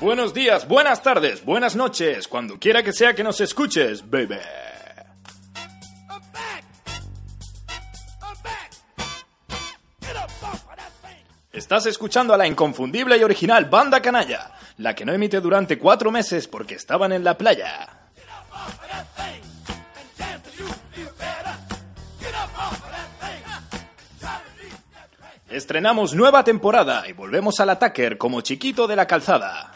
Buenos días, buenas tardes, buenas noches, cuando quiera que sea que nos escuches, baby. Estás escuchando a la inconfundible y original Banda Canalla, la que no emite durante cuatro meses porque estaban en la playa. Estrenamos nueva temporada y volvemos al ataque como chiquito de la calzada.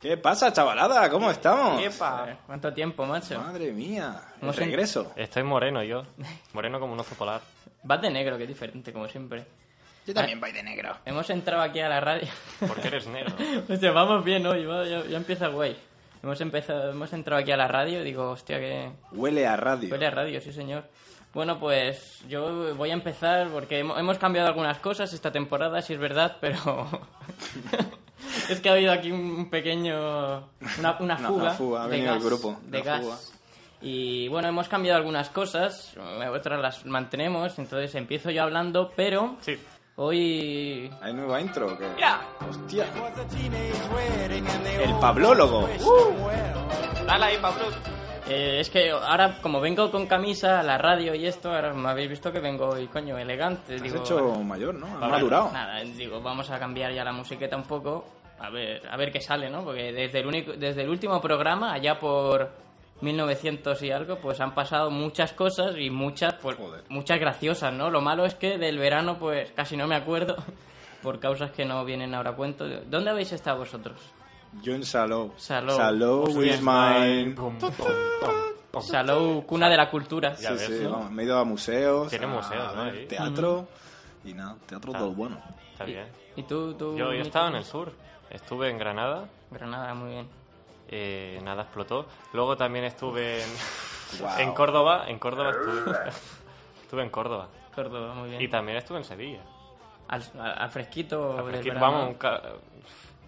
¿Qué pasa, chavalada? ¿Cómo estamos? Epa, ¿Cuánto tiempo, macho? Madre mía, el Hemos en- regreso. Estoy moreno yo. Moreno como un oso polar. Vas de negro, que es diferente, como siempre. Yo también voy de negro. Hemos entrado aquí a la radio. Porque eres negro. Hostia, vamos bien hoy, va, ya, ya empieza guay. Hemos, empezado, hemos entrado aquí a la radio, digo, hostia, que... Huele a radio. Huele a radio, sí señor. Bueno, pues yo voy a empezar porque hemo- hemos cambiado algunas cosas esta temporada, si es verdad, pero... es que ha habido aquí un pequeño... Una, una Una- una fuga, fuga, ha de venido el gas, grupo, De una gas. fuga. Y bueno, hemos cambiado algunas cosas, otras las mantenemos, entonces empiezo yo hablando, pero Sí. hoy... ¿Hay nueva intro o qué? ¡Mira! ¡Hostia! ¡El pablólogo! ¡Dale ahí, Pablo! eh, es que ahora, como vengo con camisa, a la radio y esto, ahora me habéis visto que vengo hoy, coño, elegante. Has digo, hecho mayor, ¿no? Has Pablo, madurado. Nada, digo, vamos a cambiar ya la musiqueta un poco. A ver, a ver qué sale, ¿no? Porque desde el, único, desde el último programa, allá por 1900 y algo, pues han pasado muchas cosas y muchas, pues, Joder. muchas graciosas, ¿no? Lo malo es que del verano, pues casi no me acuerdo por causas que no vienen ahora a cuento. ¿Dónde habéis estado vosotros? Yo en Salou. Salou. is Hostia. mine. Pum, pum, pum, pum. Salou, cuna de la cultura. Pues Ya Sí, ves, sí, ¿no? vamos, me he ido a museos. Tiene a museos, ¿no? ver Ahí. Teatro. Y nada, teatro Ah. todo bueno. Está bien. ¿Y tú, tú? Yo, yo Nico? estaba en el sur. Estuve en Granada. Granada, muy bien. eh, nada explotó. Luego también estuve en, Wow. en Córdoba. En Córdoba estuve. estuve en Córdoba. Córdoba, muy bien. Y también estuve en Sevilla. Al, al- al fresquito. del Aquí, verano. vamos, un ca-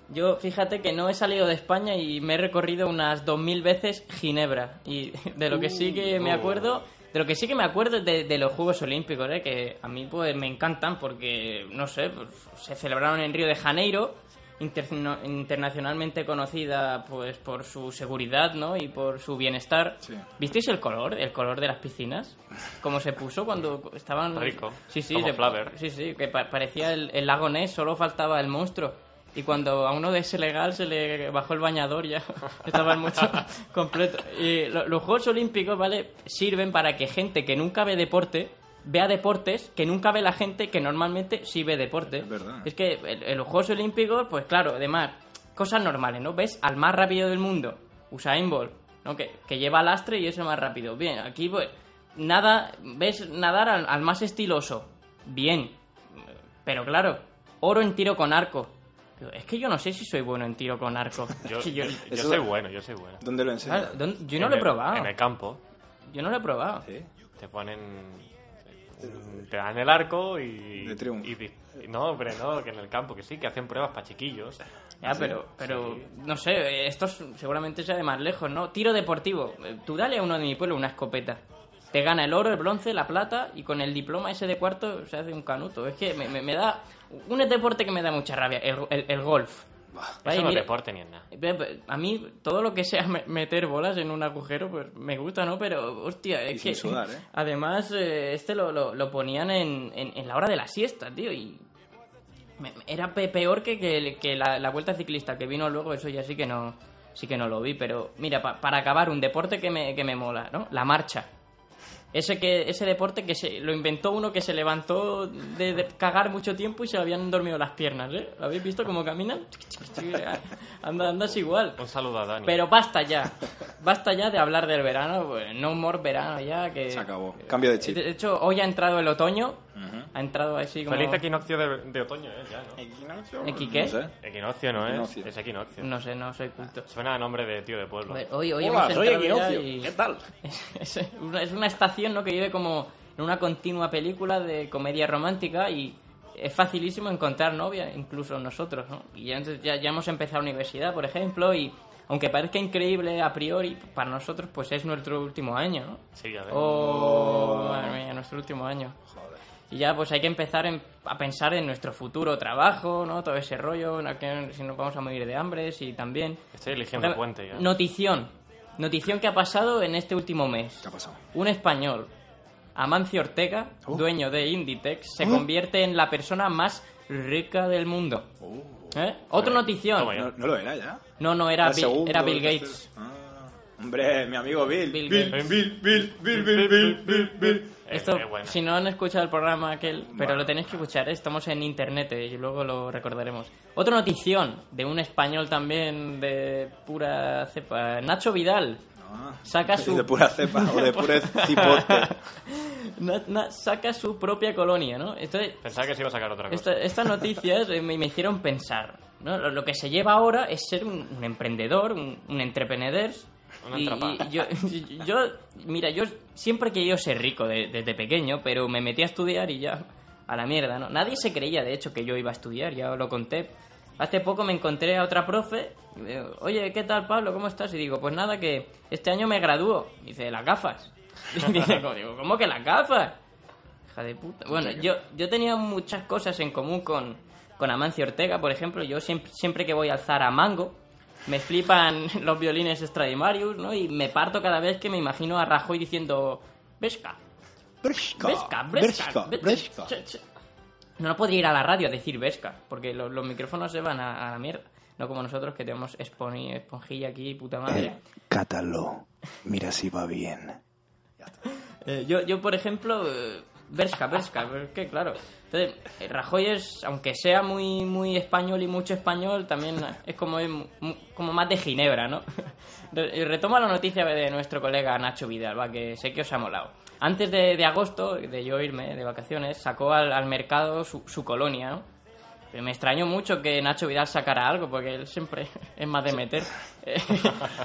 Yo, fíjate que no he salido de España y me he recorrido unas 2.000 veces Ginebra. Y de lo que sí que me Uh. acuerdo, de lo que sí que me acuerdo es de, de los Juegos Olímpicos, ¿eh? que a mí pues me encantan porque, no sé, pues, se celebraron en Río de Janeiro, interno- internacionalmente conocida pues por su seguridad ¿no? y por su bienestar. Sí. ¿Visteis el color? ¿El color de las piscinas? ¿Cómo se puso cuando estaban... Rico, Sí, sí, como de- Flaver. Sí, sí, que pa- parecía el, el lago Ness, solo faltaba el monstruo. Y cuando a uno de ese legal se le bajó el bañador ya estaba el monstruo completo. Y lo- los Juegos Olímpicos, ¿vale? Sirven para que gente que nunca ve deporte vea deportes que nunca ve la gente que normalmente sí ve deporte. Es verdad. Es que en en los Juegos Olímpicos, pues claro, además, cosas normales, ¿no? Ves al más rápido del mundo, Usain Bolt, ¿no? Que, que lleva lastre y es el más rápido. Bien, aquí pues nada, ves nadar al, al más estiloso. Bien. Pero claro, oro en tiro con arco. Digo, Es que yo no sé si soy bueno en tiro con arco. yo, Sí, yo, yo- yo Eso- soy bueno, yo soy bueno. ¿Dónde lo enseñas? claro, ¿dónde- yo no En lo he el- probado. En el campo. Yo no lo he probado. Sí. Te ponen. Te dan el arco y. De triunfo. y di- no, hombre, no, que en el campo, que sí, que hacen pruebas para chiquillos. Ya, Sí, pero, pero sí. no sé, esto es- seguramente sea de más lejos, ¿no? Tiro deportivo. Eh, Tú dale a uno de mi pueblo una escopeta. Te gana el oro, el bronce, la plata y con el diploma ese de cuarto se hace un canuto. Es que me, me- me da... Un deporte que me da mucha rabia, el, el- el golf. Bah, Vaya, Eso no es mira, deporte ni es nada. a mí todo lo que sea me- meter bolas en un agujero pues me gusta, ¿no? Pero, hostia, es Y que... sin sudar, ¿eh? Además, eh, este lo, lo- lo ponían en, en- en la hora de la siesta, tío, y... me- me- era pe- peor que, que el- que la, la vuelta ciclista que vino luego, eso ya sí que no, sí que no lo vi, pero mira, pa- para acabar, un deporte que me, que me mola, ¿no? La marcha. Ese, que, ese deporte que se, lo inventó uno que se levantó de, de cagar mucho tiempo y se le habían dormido las piernas, ¿eh? ¿Lo habéis visto cómo caminan? Anda, andas igual. Un saludo a Dani. Pero basta ya. Basta ya de hablar del verano. pues, No more verano ya. Que... Se acabó. Cambio de chip. De hecho, hoy ha entrado el otoño. Ujú. Ha entrado así como... Feliz equinoccio de, de otoño, ¿eh? Ya, ¿no? ¿Equi qué? No sé. Equinoccio no es, Equinoccio. es equinoccio. No sé, no soy culto. Suena a nombre de tío de pueblo. Joder, Hoy, hoy Hola, hemos soy entrado ya Equinoccio. y- ¿Qué tal? es, una, es una estación ¿no? que vive como en una continua película de comedia romántica y es facilísimo encontrar novia, incluso nosotros, ¿no? Y ya, entonces ya, ya hemos empezado universidad, por ejemplo, y aunque parezca increíble a priori, para nosotros pues es nuestro último año, ¿no? Sí, a ver. Oh, madre mía, nuestro último año. Joder. Y ya pues hay que empezar en- a pensar en nuestro futuro trabajo, ¿no? Todo ese rollo, en a qué- si nos vamos a morir de hambre, si también... Estoy eligiendo Claro, puente ya. Notición. Notición que ha pasado en este último mes. ¿Qué ha pasado? Un español, Amancio Ortega, Oh. dueño de Inditex, se Oh. convierte en la persona más rica del mundo. ¿Eh? Otra notición. Toma ya. No, no lo era ya. No, no, era, Al Bill, segundo, era Bill el Gates. tercero. Ah, hombre, mi amigo Bill. Bill Gates. Bill, Bill, Bill, Bill, Bill, Bill, Bill. Eh, Esto, eh, bueno. si no han escuchado el programa aquel, pero Bueno. lo tenéis que escuchar, ¿eh? estamos en internet eh, y luego lo recordaremos. Otra notición de un español también de pura cepa, Nacho Vidal. Ah, Saca su- De pura cepa o de pura cipote. Na- na- saca su propia colonia, ¿no? Entonces, Pensaba que se iba a sacar otra cosa. esta- estas noticias eh, me, me hicieron pensar, ¿no? Lo, lo que se lleva ahora es ser un, un emprendedor, un, un entrepreneur. Un Y, atrapa. y yo, yo, mira, yo siempre he querido ser rico de- desde pequeño, pero me metí a estudiar y ya, a la mierda, ¿no? Nadie se creía, de hecho, que yo iba a estudiar, ya os lo conté. Hace poco me encontré a otra profe, y me digo, oye, ¿qué tal, Pablo? ¿Cómo estás? Y digo, pues nada, que este año me gradúo. Dice, las gafas. Y digo, ¿cómo que las gafas? Hija de puta. Bueno, yo, yo tenía muchas cosas en común con, con Amancio Ortega, por ejemplo. Yo siempre, siempre que voy a alzar a Mango, me flipan los violines Stradivarius, ¿no? Y me parto cada vez que me imagino a Rajoy diciendo, Vesca, Vesca, Bresca, Vesca, bresca, Vesca. bresca. Ch, ch. No, no podría ir a la radio a decir Vesca, porque lo- los micrófonos se van a, a la mierda. No como nosotros que tenemos esponi- esponjilla aquí, puta madre. Cátalo. Mira si va bien. Eh, yo, yo, por ejemplo, eh, Berska, Berska, pero es que claro. Entonces, eh, Rajoy es, aunque sea muy, muy español y mucho español, también es como, es mu- mu- como más de Ginebra, ¿no? Re- y Retoma la noticia de nuestro colega Nacho Vidal, va, que sé que os ha molado. Antes de, de agosto, de yo irme de vacaciones, sacó al, al mercado su, su colonia, ¿no? Me extrañó mucho que Nacho Vidal sacara algo, porque él siempre es más de meter. Eh,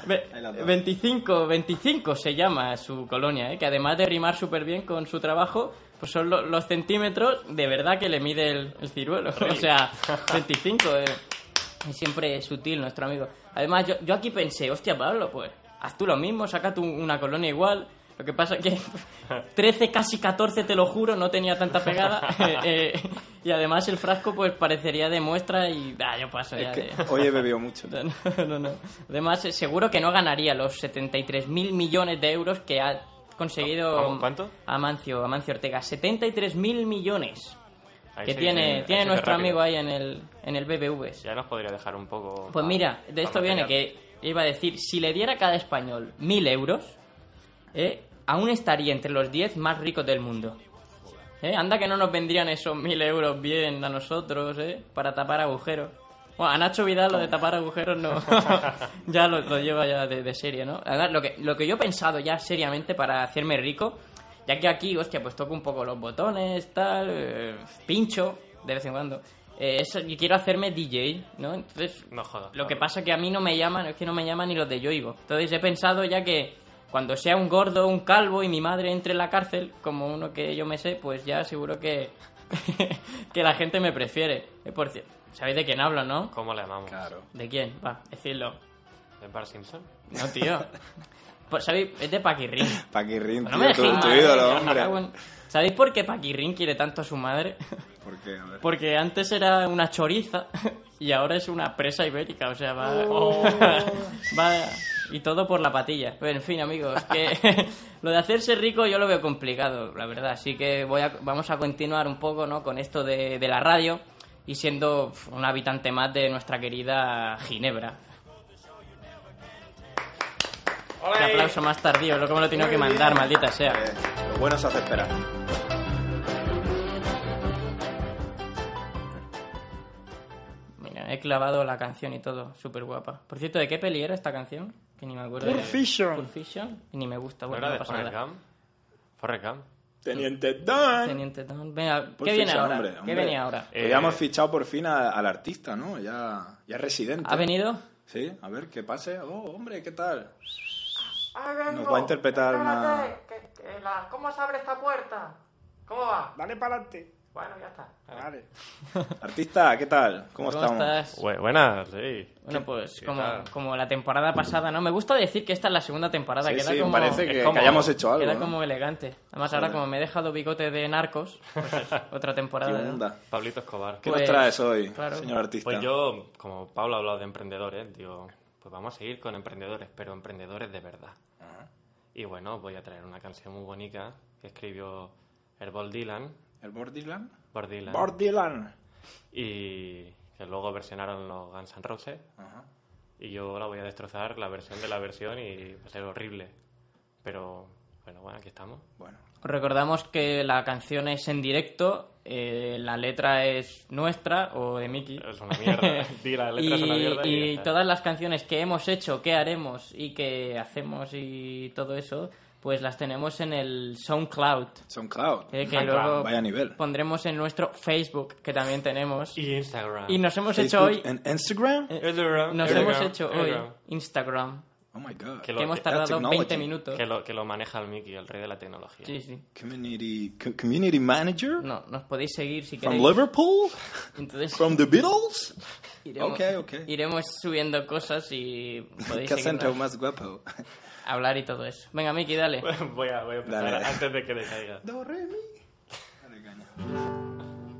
ve- Ahí la 25, 25 se llama su colonia, ¿eh? que además de rimar súper bien con su trabajo, pues son lo- los centímetros de verdad que le mide el, el ciruelo. O sea, 25. eh. Y siempre es sutil nuestro amigo. Además, yo, yo aquí pensé, hostia, Pablo, pues haz tú lo mismo, saca tú una colonia igual. Lo que pasa que 13, casi 14, te lo juro, no tenía tanta pegada. Eh, eh, y además el frasco pues parecería de muestra y... Ah, yo paso ya. Es que de- hoy he bebido mucho. no, no, no, no. Además, eh, seguro que no ganaría los 73.000 millones de euros que ha conseguido ¿Cómo? ¿Cuánto? Amancio, Amancio Ortega. 73.000 millones Ahí que sí, eh, tiene, ahí tiene sí que nuestro rápido. amigo ahí en el, en el BBV. Ya nos podría dejar un poco. Pues pa- mira, de pa esto viene material. que iba a decir, si le diera a cada español 1.000 euros, eh, aún estaría entre los 10 más ricos del mundo. Eh, anda que no nos vendrían esos 1.000 euros bien a nosotros, eh, para tapar agujeros. Bueno, a Nacho Vidal lo de tapar agujeros no. ya lo, lo lleva ya de, de serie, ¿no? Además, lo que, lo que yo he pensado ya seriamente para hacerme rico, ya que aquí, hostia, pues toco un poco los botones, tal, eh, pincho de vez en cuando. Eh, eso, y quiero hacerme DJ, ¿no? Entonces, No jodas. lo que pasa que a mí no me llaman, es que no me llaman ni los de Yoigo. Entonces he pensado ya que cuando sea un gordo, un calvo y mi madre entre en la cárcel, como uno que yo me sé, pues ya seguro que, que la gente me prefiere. Eh, Por cierto, ¿sabéis de quién hablo, no? ¿Cómo le llamamos? Claro. ¿De quién? Va, decidlo. ¿De Bar Simpson? No, tío. Pues, ¿sabéis? Es de Paquirrín. Paquirrín, Pues No tío, me tu, dejéis tu mal, ídolo, eh, me cago hombre. en- ¿Sabéis por qué Paquirrín quiere tanto a su madre? ¿Por qué? A ver. Porque antes era una choriza y ahora es una presa ibérica, o sea, va... va y todo por la patilla. Pero en fin, amigos, que lo de hacerse rico yo lo veo complicado, la verdad. Así que voy a, vamos a continuar un poco ¿no? con esto de, de la radio y siendo pf, un habitante más de nuestra querida Ginebra. Un aplauso más tardío, lo que me lo tenía que mandar, maldita sea. Eh, lo bueno se hace esperar. Mira, he clavado la canción y todo, súper guapa. Por cierto, ¿de qué peli era esta canción? Que ni me acuerdo. Pulp Fiction. Pulp Fiction, y ni me gusta, ¿No bueno, era no, de pasa Forrest nada. Gump? Forrest Gump. Teniente Dan. Teniente Dan. Venga, Pulp ¿qué viene Fiction, ahora? hombre, ¿Qué hombre. viene ahora? Que ya hemos fichado por fin a- al artista, ¿no? Ya, ya es residente. ¿Ha venido? Sí, a ver qué pase. Oh, hombre, ¿qué tal? Nos va a interpretar una. Espérate, que- que la- ¿Cómo se abre esta puerta? ¿Cómo va? Dale para adelante. Bueno, ya está. Vale. Artista, ¿qué tal? ¿Cómo, estamos? estás? Bu- buenas, sí. Bueno, pues ¿Qué como, tal? como la temporada pasada, ¿no? Me gusta decir que esta es la segunda temporada. Sí, queda sí, como, parece que- es como- que hayamos hecho algo, Queda ¿no? como elegante. Además, ahora como me he dejado bigote de narcos, pues es otra ¿Qué temporada. ¿no? onda? Pablito Escobar. ¿Qué Pues, nos traes hoy, claro. señor artista? Pues yo, como Pablo ha hablado de emprendedores, digo, pues vamos a seguir con emprendedores, pero emprendedores de verdad. Y bueno, voy a traer una canción muy bonita que escribió el Bob Dylan, ¿El Bordilan? Bob Dylan, Bordilan. y que luego versionaron los Guns N' Roses. Ajá. Y yo la voy a destrozar, la versión de la versión, y va a ser horrible. Pero, bueno, bueno, aquí estamos. Bueno, Os recordamos que la canción es en directo, eh, la letra es nuestra o de Miki. Es una mierda. Di la letra es una mierda. Y, ya y está. todas las canciones que hemos hecho, que haremos y que hacemos y todo eso, pues las tenemos en el SoundCloud. SoundCloud. eh, que SoundCloud, luego Ah, pues, Vaya nivel. pondremos en nuestro Facebook, que también tenemos. Y, Y Instagram. nos hemos hecho Facebook hoy. and Instagram? eh, Instagram, nos Instagram, hemos hecho hoy Instagram. Instagram, Oh my god. Que que lo- hemos que- tardado technology. 20 minutos. Que lo, que lo maneja el Mickey, el rey de la tecnología. Sí, sí. Community, co- community manager? No, nos podéis seguir si From queréis. Liverpool? Entonces, From the Beatles? Iremos, Ok, ok. iremos subiendo cosas y podéis ¿Qué acento seguirnos, más guapo? hablar y todo eso. Venga, Miki, dale. voy, a, voy a empezar Dale. antes de que le caiga. Do, re, mi. Dale, caña.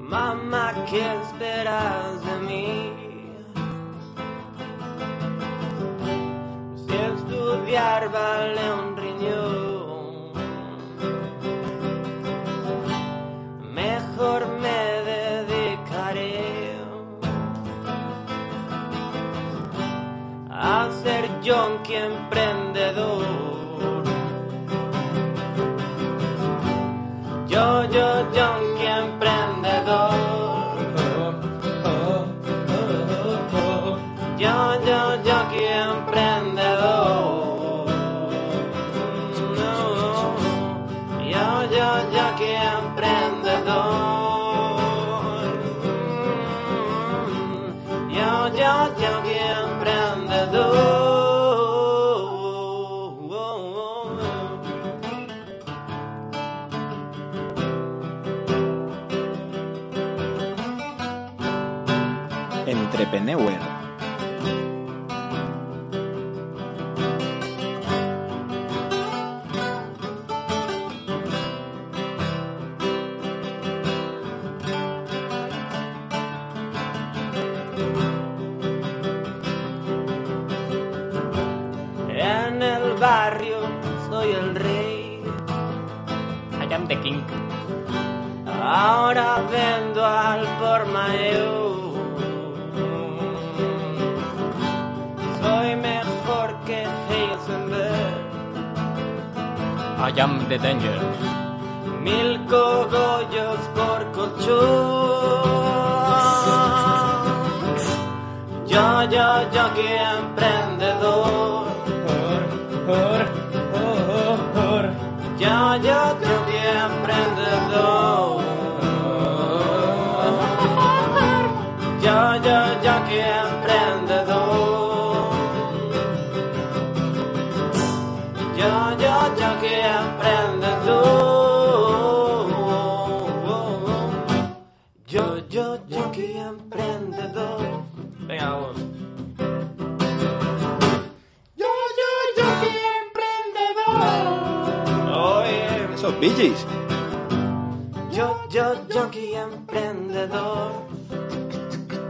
Mamá, ¿qué esperas de mí? Si estudiar vale un riñón, mejor me dedicaré a ser yonki emprendedor. Yo, yo, yonki emprendedor. Yo, yo, yo que emprendedor. No. Yo, yo, yo que emprendedor. Mm. Yo, yo, yo que emprendedor. Entrepreneur. En el barrio soy el rey. I am the king. Ahora vendo al por mayor. Soy mejor que Heisenberg. I am the danger. Mil cogollos por colchón. Yo, yo, yo que emprendedor. Yo, yo, yo que emprendedor. Yo, yo, yo que emprendedor. Yo, yo, yo que emprendedor. Yo, yo, yo que emprendedor. Venga, vamos. Yo, yo, yo que emprendedor. Oye. Esos Bee Gees. Yo, yo, yo que emprendedor.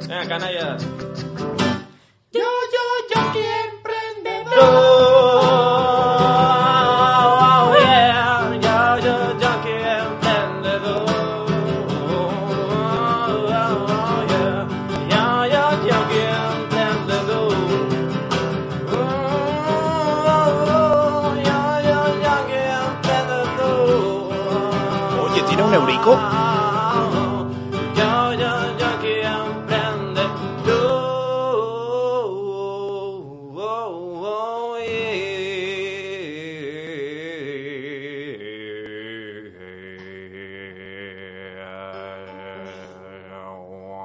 Venga, canalla. Yo, yo, yo que emprendedor. Oh, yeah. Yo, yo, yo que emprendedor. Oh, yeah. Yo, yo, yo que emprendedor. Oh, yo, yo, yo que emprendedor. Oye, ¿tiene un eurico? Yo, yo, yo que emprendedor. yeah.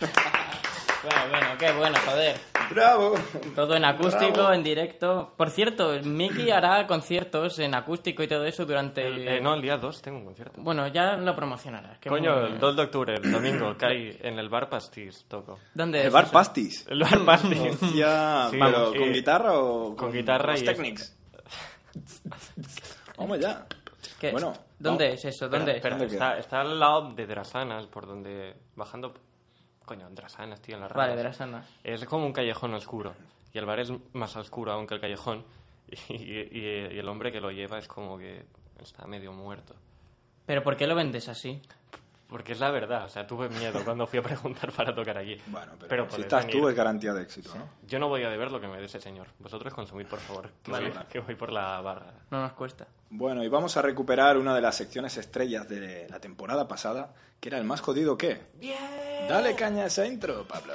Bueno, bueno, qué bueno, joder. ¡Bravo! Todo en acústico, Bravo. en directo. Por cierto, Mickey hará conciertos en acústico y todo eso durante... Eh, no, el día 2 tengo un concierto. Bueno, ya lo promocionarás. que Coño, muy- el 2 de octubre, el domingo, que hay en el bar Pastis, toco. ¿Dónde El es bar eso? Pastis. El bar Pastis. Ya, Sí, pero vamos, ¿con eh, guitarra o con guitarra los y- Technics? Vamos ya. ¿Qué? Bueno, ¿Dónde no. es eso? ¿Dónde es? Espera, ¿Dónde está, está al lado de Drasanas, por donde. Bajando. Coño, Drasanas, tío, en la Vale, ramas. verás Ana. Es como un callejón oscuro. Y el bar es más oscuro aún que el callejón. Y, y- y el hombre que lo lleva es como que está medio muerto. ¿Pero por qué lo vendes así? Porque es la verdad, o sea, tuve miedo cuando fui a preguntar para tocar aquí. Bueno, pero, si podéis estás venir. tú es garantía de éxito, ¿no? Yo no voy a beber lo que me dé ese señor. Vosotros consumid, por favor, que, Vale. voy, que voy por la barra. No nos cuesta. Bueno, y vamos a recuperar una de las secciones estrellas de la temporada pasada, que era el más jodido que. Dale caña a esa intro, Pablo.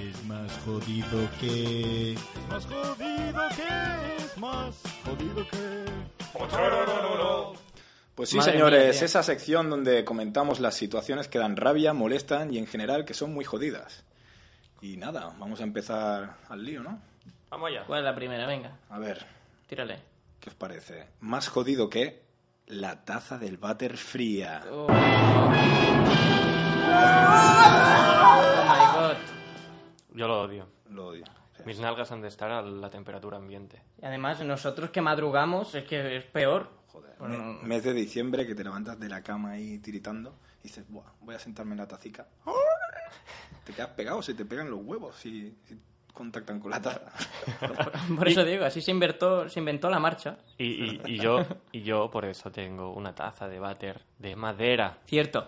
Es más jodido que. Más jodido que es más jodido que. Pues sí, Madre mía, señores, tío. esa sección donde comentamos las situaciones que dan rabia, molestan y en general que son muy jodidas. Y nada, vamos a empezar al lío, ¿no? Vamos allá. ¿Cuál es la primera? Venga, A ver, tírale. ¿qué os parece? Más jodido que la taza del váter fría. Oh. Oh Oh my god. Yo lo odio. Lo odio. Sí. Mis nalgas han de estar a la temperatura ambiente. Y además, nosotros que madrugamos es que es peor. Joder, Bueno, me- mes de diciembre que te levantas de la cama ahí tiritando y dices, Buah, voy a sentarme en la tacica. Te quedas pegado, se te pegan los huevos si, si contactan con la taza. Por eso digo, así se inventó, se inventó la marcha. Y, y- y yo, y yo por eso tengo una taza de váter de madera. Cierto.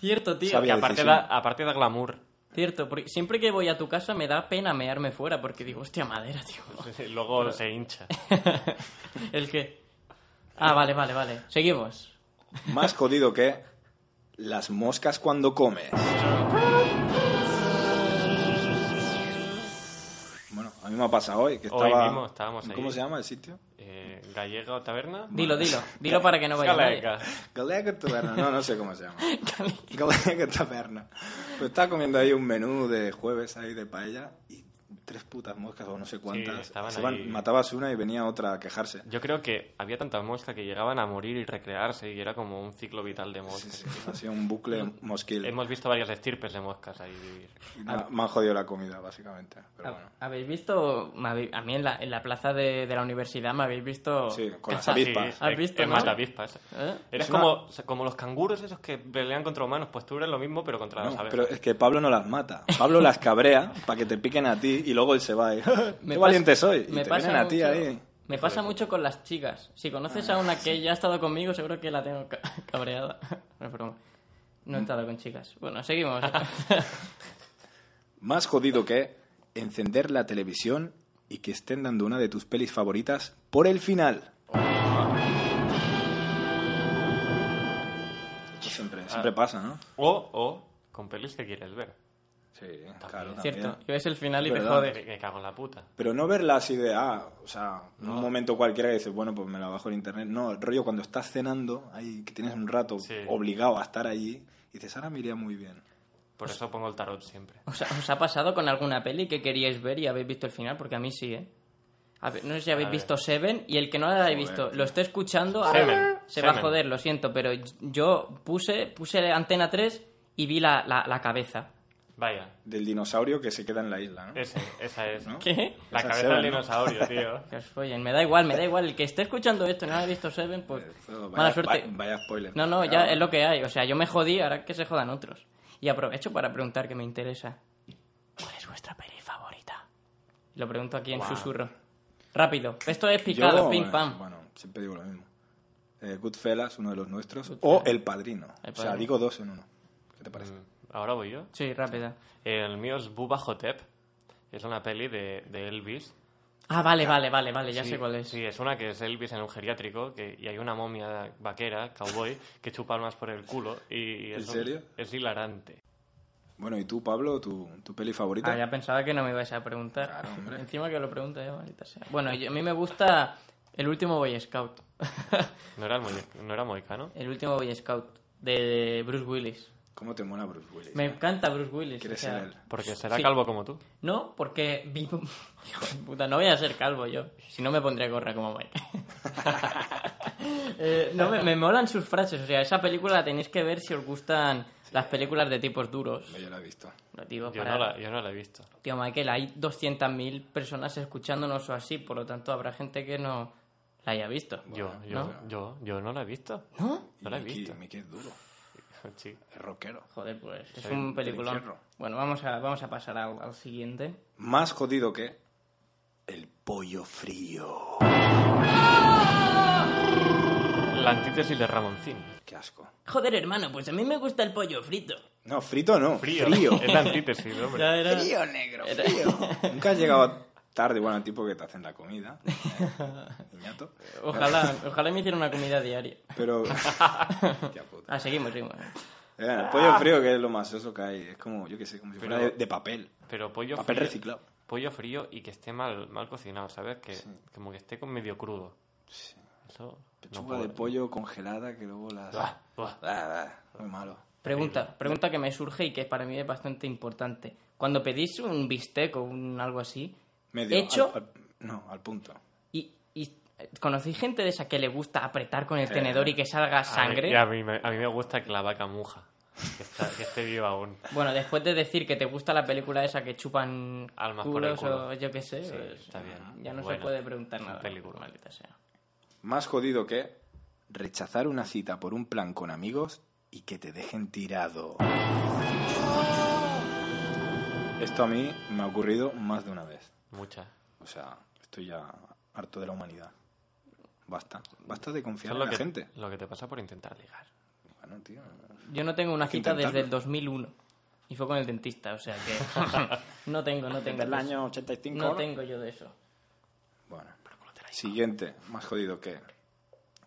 Cierto, tío. Sabía. Que aparte decisión. da, aparte da glamour. Cierto, porque siempre que voy a tu casa me da pena mearme fuera porque digo, hostia madera, tío. Luego se hincha. El que. Ah, vale, vale, vale. Seguimos. Más jodido que las moscas cuando comes. Bueno, a mí me ha pasado hoy que Hoy estaba... mismo estábamos ahí. ¿Cómo se llama el sitio? Eh, ¿Gallega o taberna? Dilo, dilo. Dilo para que no vaya nadie. Galega. Galega Taberna, no, no sé cómo se llama. Galega Taberna. Pues estaba comiendo ahí un menú de jueves ahí de paella y tres putas moscas o no sé cuántas. estaban se van- ahí. matabas una y venía otra a quejarse. Yo creo que había tantas moscas que llegaban a morir y recrearse y era como un ciclo vital de Sí, moscas. sí, hacía un bucle mosquil. Hemos visto varias estirpes de moscas ahí vivir. Y nada, me han jodido la comida, básicamente. Pero Ah, bueno. ¿Habéis visto? me habéis- A mí en la, en la plaza de, de la universidad me habéis visto. Sí, con las cazar- avispas. ¿Has visto, es no? más la avispa esa. ¿Eh? Eres Es una- como, como los canguros esos que pelean contra humanos, pues tú eres lo mismo pero contra las No, abejas. pero es que Pablo no las mata. Pablo las cabrea para que te piquen a ti y luego él se va. Y, Me ¡Qué pasa- valiente soy! Y te vienen a mucho- ti ahí. Me pasa mucho con las chicas. Si conoces a una que ya ha estado conmigo, seguro que la tengo ca- cabreada. No es broma. No he estado con chicas. Bueno, seguimos. Más jodido que encender la televisión y que estén dando una de tus pelis favoritas por el final. Esto siempre, siempre pasa, ¿no? O, o con pelis que quieres ver. Sí, claro. Cierto. también. Y ves el final y Es te verdad. jodes. Me, me cago en la puta. Pero no verla así de, ah, o sea, en un momento cualquiera que dices, bueno, pues me la bajo en internet. No, el rollo cuando estás cenando, ahí que tienes un rato Sí. obligado a estar allí, y dices, ahora me iría muy bien. Por Pues eso pongo el tarot siempre. ¿Os ha, os ha pasado con alguna peli que queríais ver y habéis visto el final? Porque a mí sí, ¿eh? A ver, no sé si habéis A ver. visto Seven y el que no la haya visto lo está escuchando. ahora Seven, se va a Seven. joder, lo siento, pero yo puse, puse Antena 3 y vi la, la, la cabeza. Vaya, Del dinosaurio que se queda en la isla, ¿no? ese, esa es. ¿No? ¿Qué? Esa La es cabeza Seba, del ¿no? dinosaurio, tío. Que os follen, me da igual, me da igual. El que esté escuchando esto y no haya visto Seven, pues Eh, Vaya- mala suerte. va- Vaya spoiler. No, no, ya Claro. es lo que hay. O sea, yo me jodí, ahora que se jodan otros. Y aprovecho para preguntar que me interesa. ¿Cuál es vuestra peli favorita? Lo pregunto aquí en susurro. Rápido. Esto es picado, Yo, pim eh, pam. Bueno, siempre digo lo mismo. Eh, Goodfellas, uno de los nuestros. O El Padrino. El O sea, Padrino. digo dos en uno. ¿Qué te parece? Mm, Ahora voy yo. Sí, rápido. El mío es Bubba Hotep. Es una peli de, de Elvis. Ah, vale, vale, vale, vale, ya Sí, sé cuál es. Sí, es una que es Elvis en un geriátrico que, y hay una momia vaquera, cowboy, que chupa almas por el culo. Y ¿En es, serio? Es hilarante. Bueno, ¿y tú, Pablo, tu, tu peli favorita? Ah, ya pensaba que no me ibas a preguntar. Claro, hombre. Encima que lo pregunta ya, maldita sea. Bueno, yo- a mí me gusta el último Boy Scout. ¿No era, el molle- no era moicano? el último Boy Scout de Bruce Willis. ¿Cómo te mola Bruce Willis? Me eh? encanta Bruce Willis. ¿Quieres o sea, ser él? Porque será Sí. calvo como tú. No, porque vi- Hijo de puta, no voy a ser calvo yo. Si no me pondré gorra como Mike. Eh, no, me, me molan sus frases. O sea, esa película la tenéis que ver si os gustan las películas de tipos duros. No, Yo la he visto. Lo digo Yo para- no, la, yo no la he visto. Tío, Michael, hay 200.000 personas escuchándonos o así, por lo tanto habrá gente que no la haya visto. Yo, yo, ¿No? yo, yo no la he visto. ¿No? No la he Mickey- visto. Mickey es duro, Sí. es rockero. Joder, pues es Soy un un peliculón. infierno. Bueno, vamos a, vamos a pasar al, al siguiente. Más jodido que el pollo frío. La antítesis de Ramoncín. Qué asco. Joder, hermano, pues a mí me gusta el pollo frito. No, frito no. Frío. Es la antítesis, hombre. Ya era- Frío, negro, frío. Nunca has llegado tarde, bueno, al tipo que te hacen la comida. Niñato. Ojalá, ojalá me hiciera una comida diaria. Pero. Qué puta. Ah, seguimos, seguimos. Eh, el pollo frío, que es lo más soso que hay. Es como, yo qué sé, como si fuera de, Ah. Pero- de papel. Pero pollo Papel frío, reciclado. pollo frío y que esté mal, mal cocinado, ¿sabes? Que como que esté con medio crudo. Sí. Eso no Pechuga puedo. de pollo congelada que luego las. Buah, buah. Ah, ah, muy malo. Pregunta, pregunta que me surge y que para mí es bastante importante. Cuando pedís un bistec o un algo así, Medio. hecho al- al- no, al punto. y, y conocéis gente de esa que le gusta apretar con el Eh, Sí. tenedor y que salga A mí- sangre. y A mí, me- a mí me gusta que la vaca muja. Que, está- que esté viva aún. Bueno, después de decir que te gusta la película esa que chupan Almas por el culos culo. o yo qué sé, Sí, pues, está bien. ya no se Bueno, puede preguntar es un nada. película. maldita sea. Más jodido que rechazar una cita por un plan con amigos y que te dejen tirado. Esto a mí me ha ocurrido más de una vez. Muchas. O sea, estoy ya harto de la humanidad. Basta. Basta de Eso confiar es en lo la que, gente. lo que te pasa por intentar ligar. Bueno, tío. Yo no tengo una que cita desde intentarlo. el 2001 y fue con el dentista, o sea que no tengo, no tengo. de eso. 85. No tengo yo de eso. Bueno. Siguiente, más jodido que.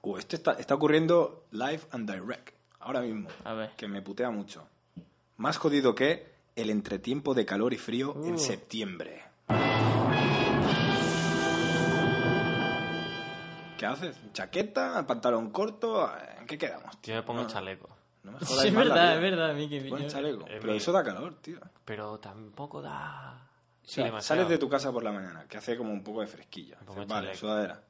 Uh, este está, está ocurriendo live and direct. Ahora mismo. A ver. Que me putea mucho. Más jodido que el entretiempo de calor y frío Uh. en septiembre. ¿Qué haces? ¿Chaqueta? ¿Pantalón corto? ¿En qué quedamos? tío? Yo me pongo No, chaleco. no me jodáis Sí, es más la verdad, es vida. verdad, Miki. Pon yo- chaleco. Eh, Pero mi- eso da calor, tío. Pero tampoco da. Sí, demasiado. sales de tu casa por la mañana, que hace como un poco de fresquilla. Un poco Dices, de vale, chaleco. sudadera.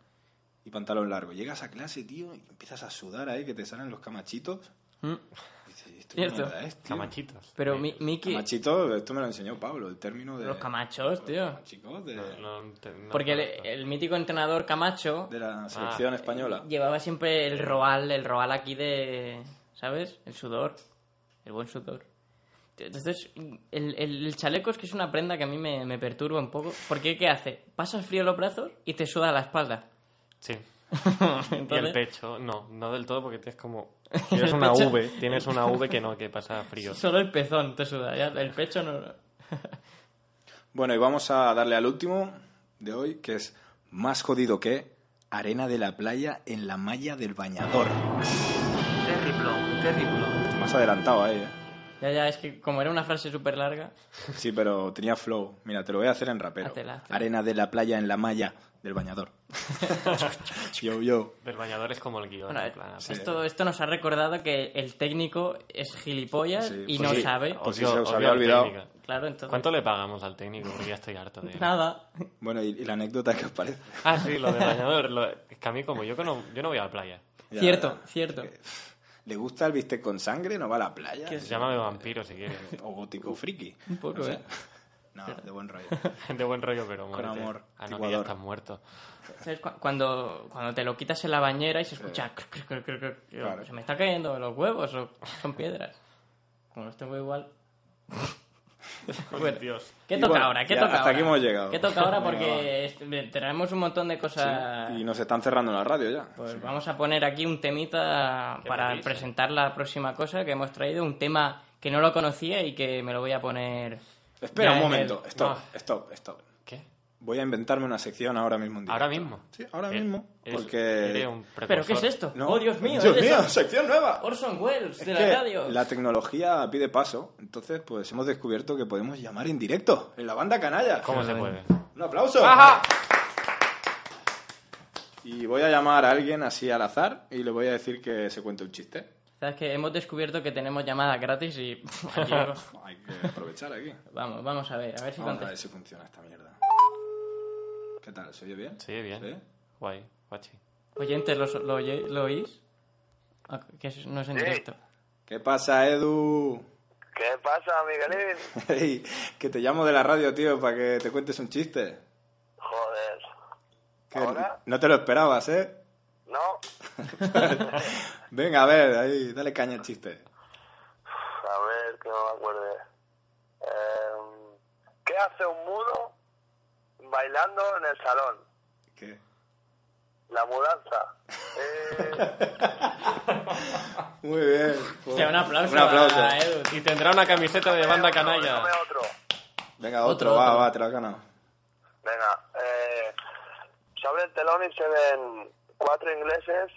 Y pantalón largo. Llegas a clase, tío, y empiezas a sudar ahí, que te salen los camachitos. Mm. Y dices, ¿esto qué Cierto. mierda es, tío? Camachitos. Pero Sí. mi- Miki, Camachito, esto me lo enseñó Pablo, el término de... los camachos, tío. camachicos de, No, no te- no Porque el, conozco. el mítico entrenador Camacho de Ah. la selección española. llevaba siempre el roal, el roal aquí de. ¿Sabes? El sudor. El buen sudor. Entonces, el, el- el chaleco es que es una prenda que a mí me, me perturba un poco. Porque, ¿qué hace? Pasas frío los brazos y te suda la espalda. Sí. Y el Entonces, pecho, no, no del todo porque tienes como... Tienes una pecho. V, tienes una V que no, que pasa frío. solo el pezón te suda, ya, el pecho no. Bueno, y vamos a darle al último de hoy, que es más jodido que arena de la playa en la malla del bañador. Terrible, terrible. Más adelantado ahí, ¿eh? Ya, ya, es que como era una frase súper larga. Sí, pero tenía flow. Mira, te lo voy a hacer en rapero. Hazla, hazla. Arena de la playa en la malla del bañador. yo, yo. Del bañador es como el guión. Bueno, eh, en plan, pues, sí. esto, esto nos ha recordado que el técnico es gilipollas Sí, y pues no sí. sabe. Pues si odio- se os odio había la olvidado. técnica. Claro, entonces. pues, ¿Cuánto le pagamos al técnico? Porque ya estoy harto de él. Nada. Bueno, y, y la anécdota que os parece. Ah, sí, lo del bañador. lo- Es que a mí como yo que no, yo no voy a la playa. Ya, cierto, ya. cierto. ¿Le gusta el bistec con sangre? ¿No va a la playa? ¿Qué es? Llámame vampiro si quieres. O gótico friki. Un poco, no ¿eh? No, de buen rollo. De buen rollo, pero Con muérete. amor, Ah, no, que ya tiguador. estás muerto. ¿Sabes? Cu- Cuando, cuando te lo quitas en la bañera y se escucha. cr- cr- cr- cr- cr- yo, Claro. Se me está cayendo los huevos o son piedras. Como los tengo igual. Bueno, Dios. ¿Qué Y toca bueno, ahora? ¿Qué ya toca hasta ahora? aquí hemos llegado. ¿Qué toca ahora? Venga, Porque est- tenemos un montón de cosas. Y nos están cerrando la radio ya. Pues vamos a poner aquí un temita ¿Qué me para dices? presentar la próxima cosa que hemos traído, un tema que no lo conocía y que me lo voy a poner. Espera ya un en momento. el- Ah. Stop, No. stop, stop. ¿Qué? Voy a inventarme una sección ahora mismo. en directo. ¿Ahora mismo? Sí, ahora Eh, mismo. eres- Porque... eres un ¿Pero qué es precursor. esto? No. ¡Oh, Dios mío! ¡Dios eres Oh, mío! Orson- ¡Sección nueva! Orson Welles Es de la que radio. la tecnología pide paso, entonces pues hemos descubierto que podemos llamar en directo en la banda canalla. ¿Cómo se puede? Un aplauso. Y voy a llamar a alguien así al azar y le voy a decir que se cuente un chiste. Sabes que hemos descubierto que tenemos llamadas gratis y aquí, Hay que aprovechar aquí. vamos, vamos a ver, a ver Vamos si a ver contesta. si funciona esta mierda. ¿Qué tal? ¿Se oye bien? Sí, bien. ¿Sí? Guay, guachi. Oyentes, ¿lo, lo, oye- lo oís? Ah, Que es- no es en Sí. directo. ¿Qué pasa, Edu? ¿Qué pasa, Miguelín? Ey, que te llamo de la radio, tío, para que te cuentes un chiste. Joder. Que ¿Ahora? No te lo esperabas, ¿eh? No, Venga, a ver, ahí, dale caña al chiste. a ver que no me acuerde. Em, ¿Qué hace un mudo bailando en el salón? ¿Qué? La mudanza. Eh, Muy bien. pues. O sea, un aplauso, Un aplauso. a Edu, tío. Y tendrá una camiseta de banda otro, canalla. dame otro. Venga, Otro, otro, va, otro. va, te lo has ganado. Venga, eh, se abre el telón y se ven cuatro ingleses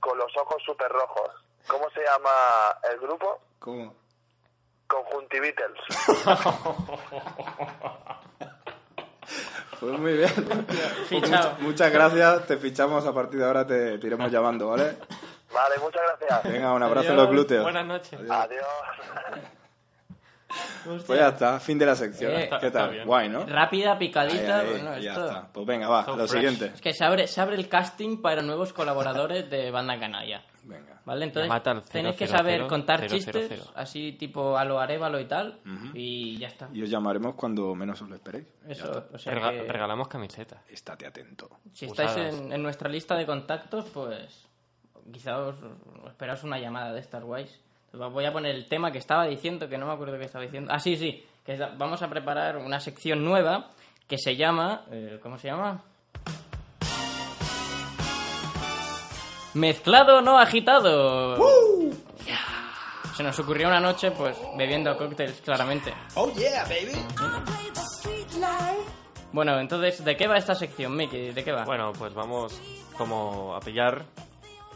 con los ojos súper rojos. ¿Cómo se llama el grupo? ¿Cómo? Conjuntivitels. Pues muy bien. Pues mucha- muchas gracias, te fichamos, a partir de ahora te, te iremos llamando, ¿vale? Vale, muchas gracias. Venga, un abrazo en los glúteos. Buenas noches. Adiós. Pues ya está, fin de la sección. Eh, ¿Qué está tal? bien. Guay, ¿no? Rápida, Ahí, picadita, ahí, bueno, ya esto... está. Pues venga, va, So lo fresh. siguiente. Es que se abre, se abre el casting para nuevos colaboradores de Banda Canalla. Venga. ¿Vale? Entonces Mata al tenéis que 000, saber contar 000. chistes, así tipo a lo Arevalo y tal, y ya está. Y os llamaremos cuando menos os lo esperéis. Eso, o sea Rega- que Regalamos camisetas. Estate atento. si estáis usadas. en, en nuestra lista de contactos, pues quizá os os esperaos una llamada de estas guays. Os Voy a poner el tema que estaba diciendo, que no me acuerdo que estaba diciendo. Ah, sí, sí, que es- vamos a preparar una sección nueva que se llama... eh, ¿Cómo se llama? Mezclado no agitado. Se nos ocurrió una noche, pues, bebiendo cócteles, claramente. Bueno, entonces, ¿de qué va esta sección, Mickey? ¿De qué va? Bueno, pues vamos como a pillar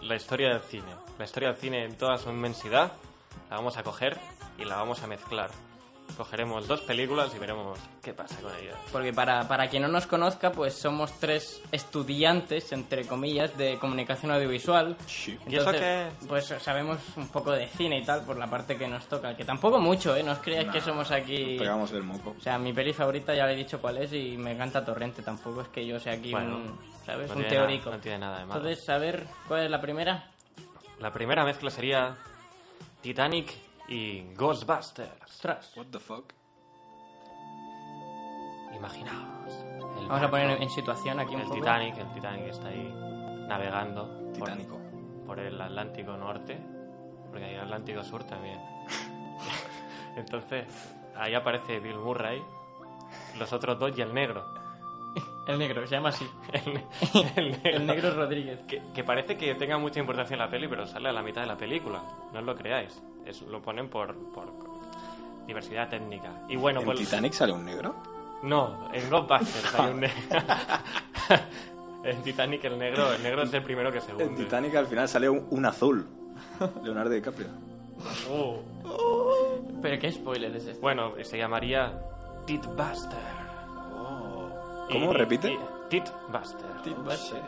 la historia del cine. La historia del cine en toda su inmensidad la vamos a coger y la vamos a mezclar. Cogeremos dos películas y veremos qué pasa con ellas. Porque para, para quien no nos conozca, pues somos tres estudiantes, entre comillas, de comunicación audiovisual. ¿Y eso qué Pues sabemos un poco de cine y tal, por la parte que nos toca. Que tampoco mucho, ¿eh? No os creáis que somos aquí... Pegamos el moco. O sea, mi peli favorita ya le he dicho cuál es y me encanta Torrente. Tampoco es que yo sea aquí Bueno, un... ¿Sabes? no un tiene teórico. nada- no tiene nada de malo. Entonces, a ver, ¿cuál es la primera? La primera mezcla sería Titanic y Ghostbusters. Ostras. What the fuck? Imaginaos. el Vamos a poner barco, en situación aquí un el poco. Titanic, el Titanic está ahí navegando por- Titánico. por el Atlántico Norte, porque hay Atlántico Sur también. Entonces, ahí aparece Bill Murray, los otros dos y el negro. El negro, se llama así. El, ne- El negro Rodríguez. Que, que parece que tenga mucha importancia en la peli, pero sale a la mitad de la película. No os lo creáis. Es- lo ponen por, por diversidad técnica. Y bueno, ¿En pues. Titanic sale un negro? No, en Ghostbusters hay un negro. en Titanic el negro, el negro es el primero que se hunde. En Titanic al final sale un, un azul. Leonardo DiCaprio. Oh. Pero qué spoiler es este. Bueno, se llamaría Titbuster. ¿Cómo? Y- ¿Repite? y- Titbuster.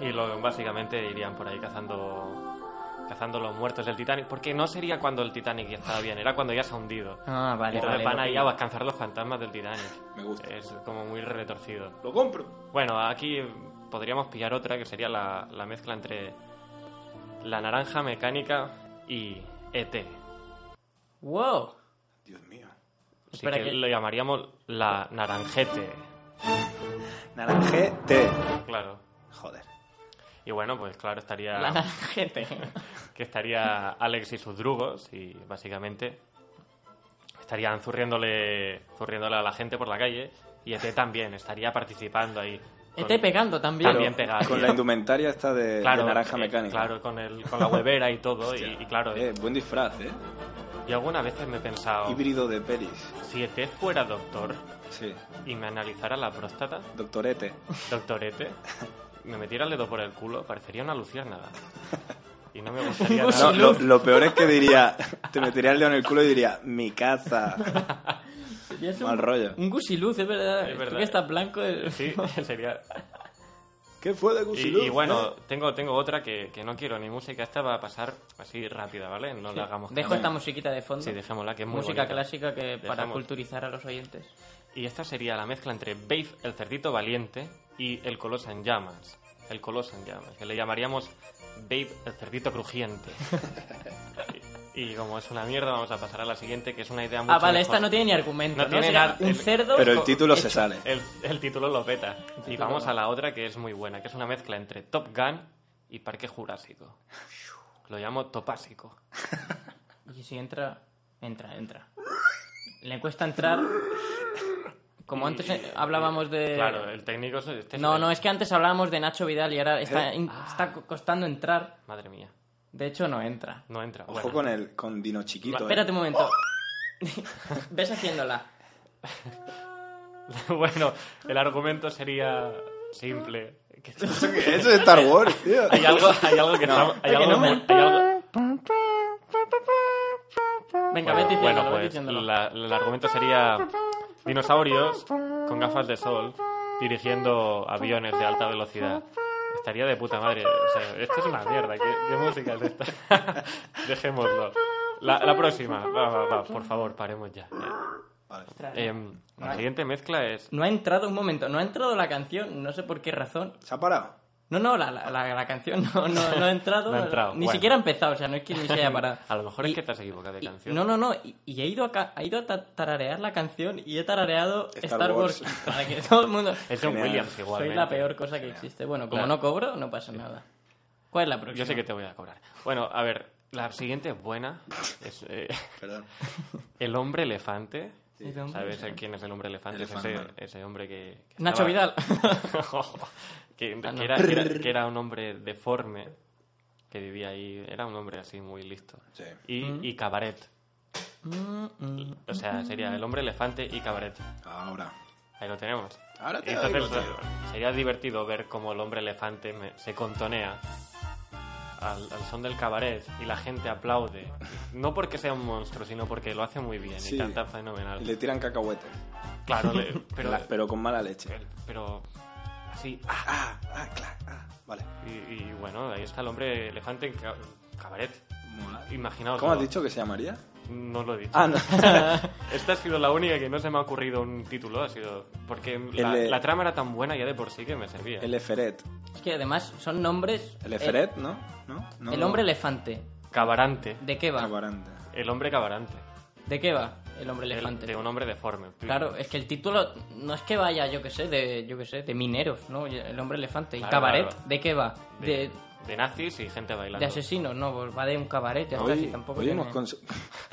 Y lo, básicamente irían por ahí cazando cazando los muertos del Titanic, porque no sería cuando el Titanic ya estaba bien, era cuando ya se ha hundido. Ah, vale, vale. Entonces van lo ahí pillo. a descansar los fantasmas del Titanic. Me gusta. Es como muy retorcido. Lo compro. Bueno, aquí podríamos pillar otra que sería la, la mezcla entre la naranja mecánica y E ET. Wow. Dios mío. Así Espera que, que- lo llamaríamos la naranjete. Naranjete. Claro. Joder. Y bueno, pues claro, estaría La gente. que estaría Alex y sus drugos y básicamente estarían zurriéndole, zurriéndole a la gente por la calle y ET también estaría participando ahí. con- Esté pegando también. También pegado. Con la indumentaria esta de, claro, de naranja eh, mecánica. Claro, con, el, con la huevera y todo. y, y claro, Eh, buen disfraz, ¿eh? yo algunas veces me he pensado, Híbrido de pelis. si ET fuera doctor Sí. y me analizara la próstata, Doctorete. doctorete, me metiera el dedo por el culo, parecería una luciérnaga. Y no me gustaría Un No, nada. lo, Luz. lo peor es que diría, te metería el dedo en el culo y diría, mi casa. Y es un- Mal rollo. Un gusiluz, es verdad. Es Tú verdad. que estás blanco. el- Sí, sería. ¿Qué fue de Y, Gusilú? y bueno, eh? tengo, tengo otra que, que no quiero ni música. Esta va a pasar así rápida, ¿vale? No la hagamos. Dejo tan- esta musiquita de fondo. Sí, dejémosla, que es muy Música bonita. clásica que para Dejamos. culturizar a los oyentes. Y esta sería la mezcla entre Babe, el cerdito valiente, y el coloso en llamas. El coloso en llamas, que le llamaríamos Babe, el cerdito crujiente. y, y como es una mierda, vamos a pasar a la siguiente, que es una idea muy. ah, vale, esta no tiene ni argumento. No No, tiene Será nada. un El- cerdo. Pero el con- título se hecho. sale. El, el título lo peta. Y título vamos lo- a la otra que es muy buena, que es una mezcla entre Top Gun y Parque Jurásico. Lo llamo Topásico. Y si entra, entra, entra. Le cuesta entrar. Como Y- antes eh, hablábamos de. Claro, Eh. el técnico es este. No, no, es que antes hablábamos de Nacho Vidal y ahora está, in- Ah. está co- costando entrar. Madre mía, De hecho, no entra. no entra. Ojo Bueno, con el con Dino Va, Chiquito. espérate eh. un momento. Oh. Ves haciéndola. bueno, el argumento sería simple. Que- Eso es Star Wars, tío. hay algo, hay algo que No. está- hay Oye, algo no me- mu- hay algo- Venga, Bueno, vete diciéndolo, vete bueno, pues diciéndolo. la- el argumento sería dinosaurios con gafas de sol dirigiendo aviones de alta velocidad. Estaría de puta madre. O sea, esto es una mierda. ¿Qué, qué música es esta? Dejémoslo. La, la próxima. Va, va, va. Por favor, paremos ya. Vale. Em, la siguiente mezcla es... No ha entrado un momento, no ha entrado la canción, no sé por qué razón. ¿Se ha parado? No, no, la, la, la- la canción no, no, no ha entrado. No ha entrado, Ni bueno. siquiera ha empezado, o sea, no es que ni se haya parado. A lo mejor es Y- que te has equivocado de y- canción. No, no, no. Y, y he ido a, ca- ha ido a ta- tararear la canción y he tarareado Star Star, Wars. Wars. Para que todo el mundo. Es John Genial. Williams igual. Soy la peor cosa que existe. Bueno, como Claro. no cobro, no pasa nada. ¿Cuál es la próxima? Yo sé que te voy a cobrar. Bueno, a ver. La siguiente es buena. Es, eh, Perdón. el hombre elefante. Sí, hombre. ¿Sabes el- quién es el hombre elefante? Es ese, Elefante. ese hombre que... que Nacho estaba- Vidal. que, Ah, no. que era, que era- que era un hombre deforme que vivía ahí. Era un hombre así muy listo. Sí. Y, y cabaret. Mm, mm. O sea, sería el hombre elefante y cabaret. Ahora. Ahí lo tenemos. Ahora te Entonces, pues, oigo, tío. sería divertido ver cómo el hombre elefante me- se contonea al, al son del cabaret y la gente aplaude. No porque sea un monstruo, sino porque lo hace muy bien Sí. y canta fenomenal. Le tiran cacahuetes. Claro, le- pero, Pero, con mala leche. pero así. ah, Ah, ah, claro. Ah, vale. Y, y bueno, ahí está el hombre elefante en ca- cabaret. Mola. Imaginaos. ¿Cómo has dicho que se llamaría? No lo he dicho. Ah, no. Esta ha sido la única que no se me ha ocurrido un título. Ha sido porque la, El, eh, la trama era tan buena ya de por sí que me servía. El Eferet. Es que además son nombres. El Eferet, ¿no? ¿no? El, no Ah, el hombre elefante. Cabarante. ¿De qué va? Aguarante. El hombre cabarante. ¿De qué va el hombre El- elefante? de un hombre deforme. Claro, es que el título no es que vaya, yo que sé, de yo que sé, de mineros, ¿no? El hombre elefante y Claro, cabaret, claro. ¿de qué va? De, De, de nazis y gente de bailando. asesinos, no, pues va de un cabaret, ya está, si Hoy, tampoco hoy tiene- hemos, cons-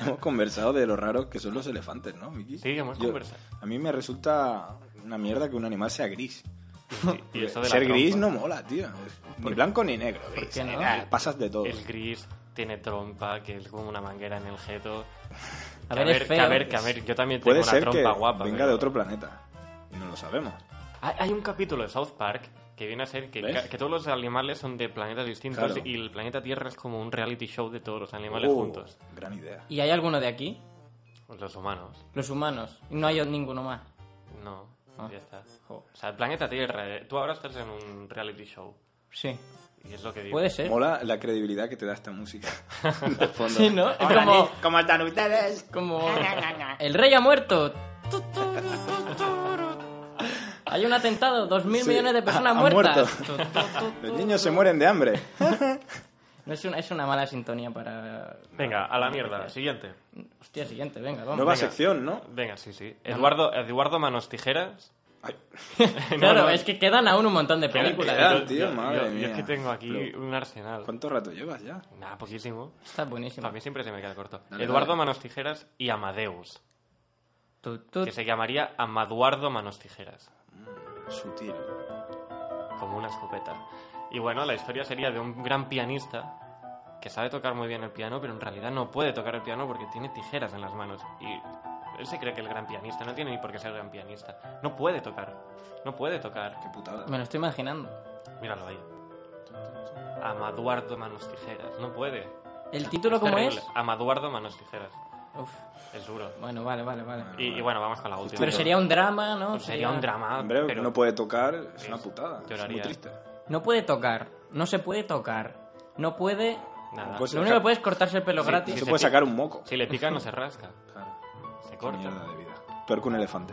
hemos conversado de lo raros que son los elefantes, ¿no, Miki? Sí, hemos conversado. A mí me resulta una mierda que un animal sea gris. Y, y eso de la Ser gris trompa. no mola, tío. Ni blanco ni negro. gris. qué no? Ah, pasas de todo. El gris tiene trompa, que es como una manguera en el jeto. A Que ver, es que a feo. ver, que a ver, yo también Puede tengo ser una que trompa guapa. venga pero- de otro planeta. Y no lo sabemos. Hay, hay un capítulo de South Park que viene a ser que, ¿Ves? ca- que todos los animales son de planetas distintos Claro. y el planeta Tierra es como un reality show de todos los animales Oh, juntos. Gran idea. ¿Y hay alguno de aquí? Los humanos, Los humanos. No hay ninguno más. no. Ah. Ya está. Jo. O sea, el planeta Tierra, eh, tú ahora estás en un reality show. Sí. Y es lo que digo. Puede ser. Mola la credibilidad que te da esta música. De fondo. Sí, ¿no? Es como, ¿Cómo están ustedes? como... El rey ha muerto. Hay un atentado, dos mil Sí, millones de ha- personas ha muertas. Los niños se mueren de hambre. No, es, una, es una mala sintonía para... Venga, a la mierda. Siguiente. Hostia, siguiente, venga, vamos. Nueva venga. sección, ¿no? Venga, sí, sí. Eduardo, Eduardo Manos Tijeras. Ay, No, Claro, no, eh, es que quedan aún un montón de películas. quedan, yo- tío, yo- madre yo- yo mía. es que tengo aquí Pero- un arsenal. ¿Cuánto rato llevas ya? Nada, poquísimo. Está buenísimo. A mí siempre se me queda corto. Dale, Eduardo dale. Manos Tijeras y Amadeus. Tu, tu. que se llamaría Amaduardo Manos Tijeras, Mm, Sutil. como una escopeta. Y bueno, la historia sería de un gran pianista que sabe tocar muy bien el piano, pero en realidad no puede tocar el piano porque tiene tijeras en las manos. Y él se cree que es gran pianista, no tiene ni por qué ser gran pianista. No puede tocar, no puede tocar. Qué putada. Me lo estoy imaginando. Míralo ahí. Amaduardo Manos Tijeras, no puede. ¿El título cómo terrible. es? Amaduardo Manos Tijeras, Uf, es duro. bueno, vale, vale, vale. Y, y bueno, vamos con la última. Pues Pero sería un drama, ¿no? Sería un drama, Hombre, pero no puede tocar, es Sí, una putada. Es lloraría. muy triste. No puede tocar. No se puede tocar. No puede. Nada. Pues- Lo único que puede es cortarse el pelo Sí, gratis. No sí, se sí. puede sacar un moco. Si le pica no se rasca, Claro. se Qué corta. mierda de vida. Peor que un elefante.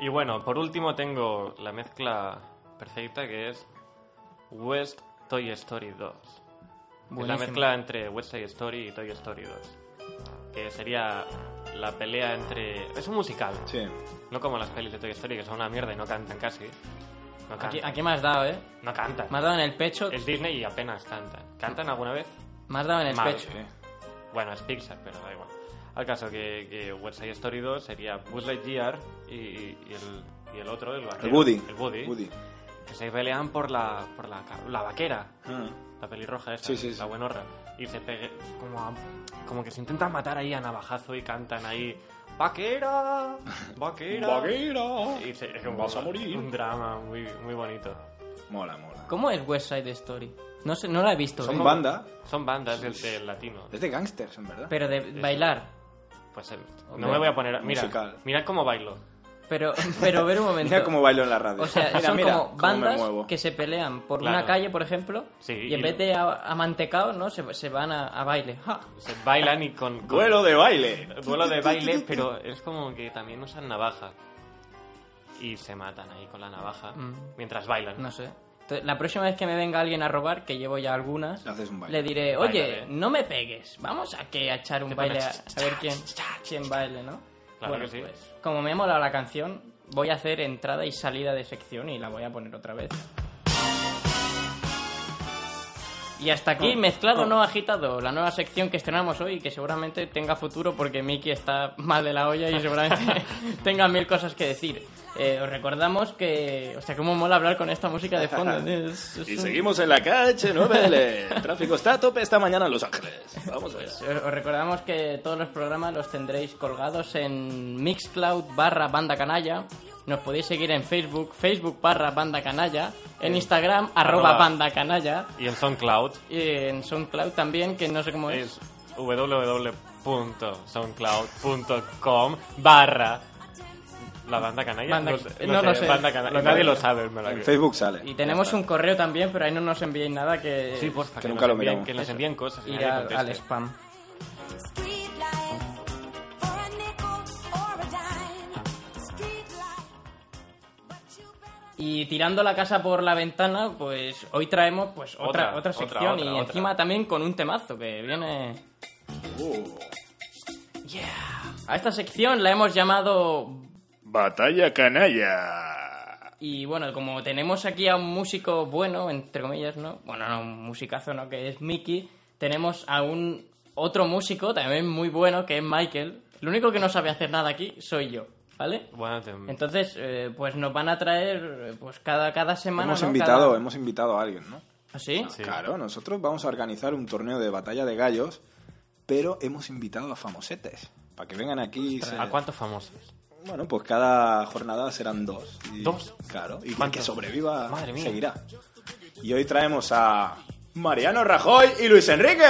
Y bueno, por último tengo la mezcla perfecta que es West Toy Story 2. Es la Buenísimo. mezcla entre West Side Story y Toy Story 2. Que sería la pelea entre... Es un musical, Sí. no como las pelis de Toy Story que son una mierda y no cantan casi. No cantan. Aquí, aquí me has dado, ¿eh? No cantan. Me has dado en el pecho. Es Disney y apenas cantan. ¿Cantan alguna vez? Me has dado en el Madre. pecho. Bueno, es Pixar, pero da igual. Al caso que, que West Side Story 2 sería Buzz Lightyear y, y- y el, y el otro, el vaquero. El Woody. El Woody. Que se pelean por la, por la, ca- la vaquera. Ah. La pelirroja esa, Sí, sí, la sí. buenorra. Y se pegue, como, a- como que se intentan matar ahí a navajazo y cantan ahí... ¡Vaquera! ¡Vaquera! Y se, es como Vas a morir. Un drama muy, muy bonito. Mola, mola. ¿Cómo es West Side Story? No sé, no la he visto. Son ¿eh? banda. Son bandas del, del latino. Es de gangsters, en verdad. Pero de bailar. Pues eh, Hombre, no me voy a poner... Mira, musical. mira cómo bailo. Pero, pero ver un momento. Mira cómo bailo en la radio. O sea, mira, son mira como cómo me bandas muevo. que se pelean por Claro. una calle, por ejemplo, Sí, y en y- vez de a, a mantecaos, ¿no? Se, se van a, a baile. ¡Ja! Se bailan y con... con- Duelo de baile. duelo de baile, pero es como que también usan navaja. Y se matan ahí con la navaja Mm. mientras bailan. No sé. Entonces, la próxima vez que me venga alguien a robar, que llevo ya algunas, Haces un baile. le diré, oye, Báilale. no me pegues, vamos a que a echar un baile a, pones- a ver quién, quién baile, ¿no? Claro Bueno, que sí. pues, como me ha molado la canción, voy a hacer entrada y salida de sección y la voy a poner otra vez. Y hasta aquí, mezclado no agitado, la nueva sección que estrenamos hoy y que seguramente tenga futuro porque Miki está mal de la olla y seguramente tenga mil cosas que decir. Eh, os recordamos que... O sea, cómo mola hablar con esta música de fondo. Es- es Y un- seguimos en la calle 9L. El tráfico está a tope esta mañana en Los Ángeles. Vamos a ver. Os os recordamos que todos los programas los tendréis colgados en Mixcloud barra Banda Canalla. Nos podéis seguir en Facebook, Facebook barra Banda Canalla. En Instagram, arroba Arroba. Banda Canalla. Y en SoundCloud Y en SoundCloud también, que no sé cómo es. es www.soundcloud.com barra la banda canalla. Banda- no lo sé. Banda canalla. Lo Nadie sabe. lo sabe. me lo En creo. Facebook sale. Y tenemos un correo también, pero ahí no nos enviéis nada que... Sí, porfa, que, Eh, Que nunca nos lo envíen, miramos. que nos envíen cosas. que ir nadie a- conteste. al spam. Street lights for a nickel or a dime. Street lights, but you better. Y tirando la casa por la ventana, pues hoy traemos pues otra, Otra, otra otra, sección otra, y otra. encima también con un temazo que viene... Uh. A esta sección la hemos llamado Batalla canalla. Y bueno, como tenemos aquí a un músico bueno, entre comillas, ¿no? Bueno, no, un musicazo, ¿no? Que es Mickey. Tenemos a un otro músico también muy bueno, que es Michael. Lo único que no sabe hacer nada aquí soy yo, ¿vale? Bueno, te- Entonces, eh, pues nos van a traer, eh, pues cada, cada semana. Hemos ¿no? invitado, Cada- hemos invitado a alguien, ¿no? ¿Ah, sí? Sí. Claro, nosotros vamos a organizar un torneo de batalla de gallos, pero hemos invitado a famosetes para que vengan aquí. y se- ¿A cuántos famosos? Bueno, pues cada jornada serán dos. y- ¿Dos? Claro, y el que ¿Cuántos? sobreviva Madre mía. seguirá. Y hoy traemos a Mariano Rajoy y Luis Enrique.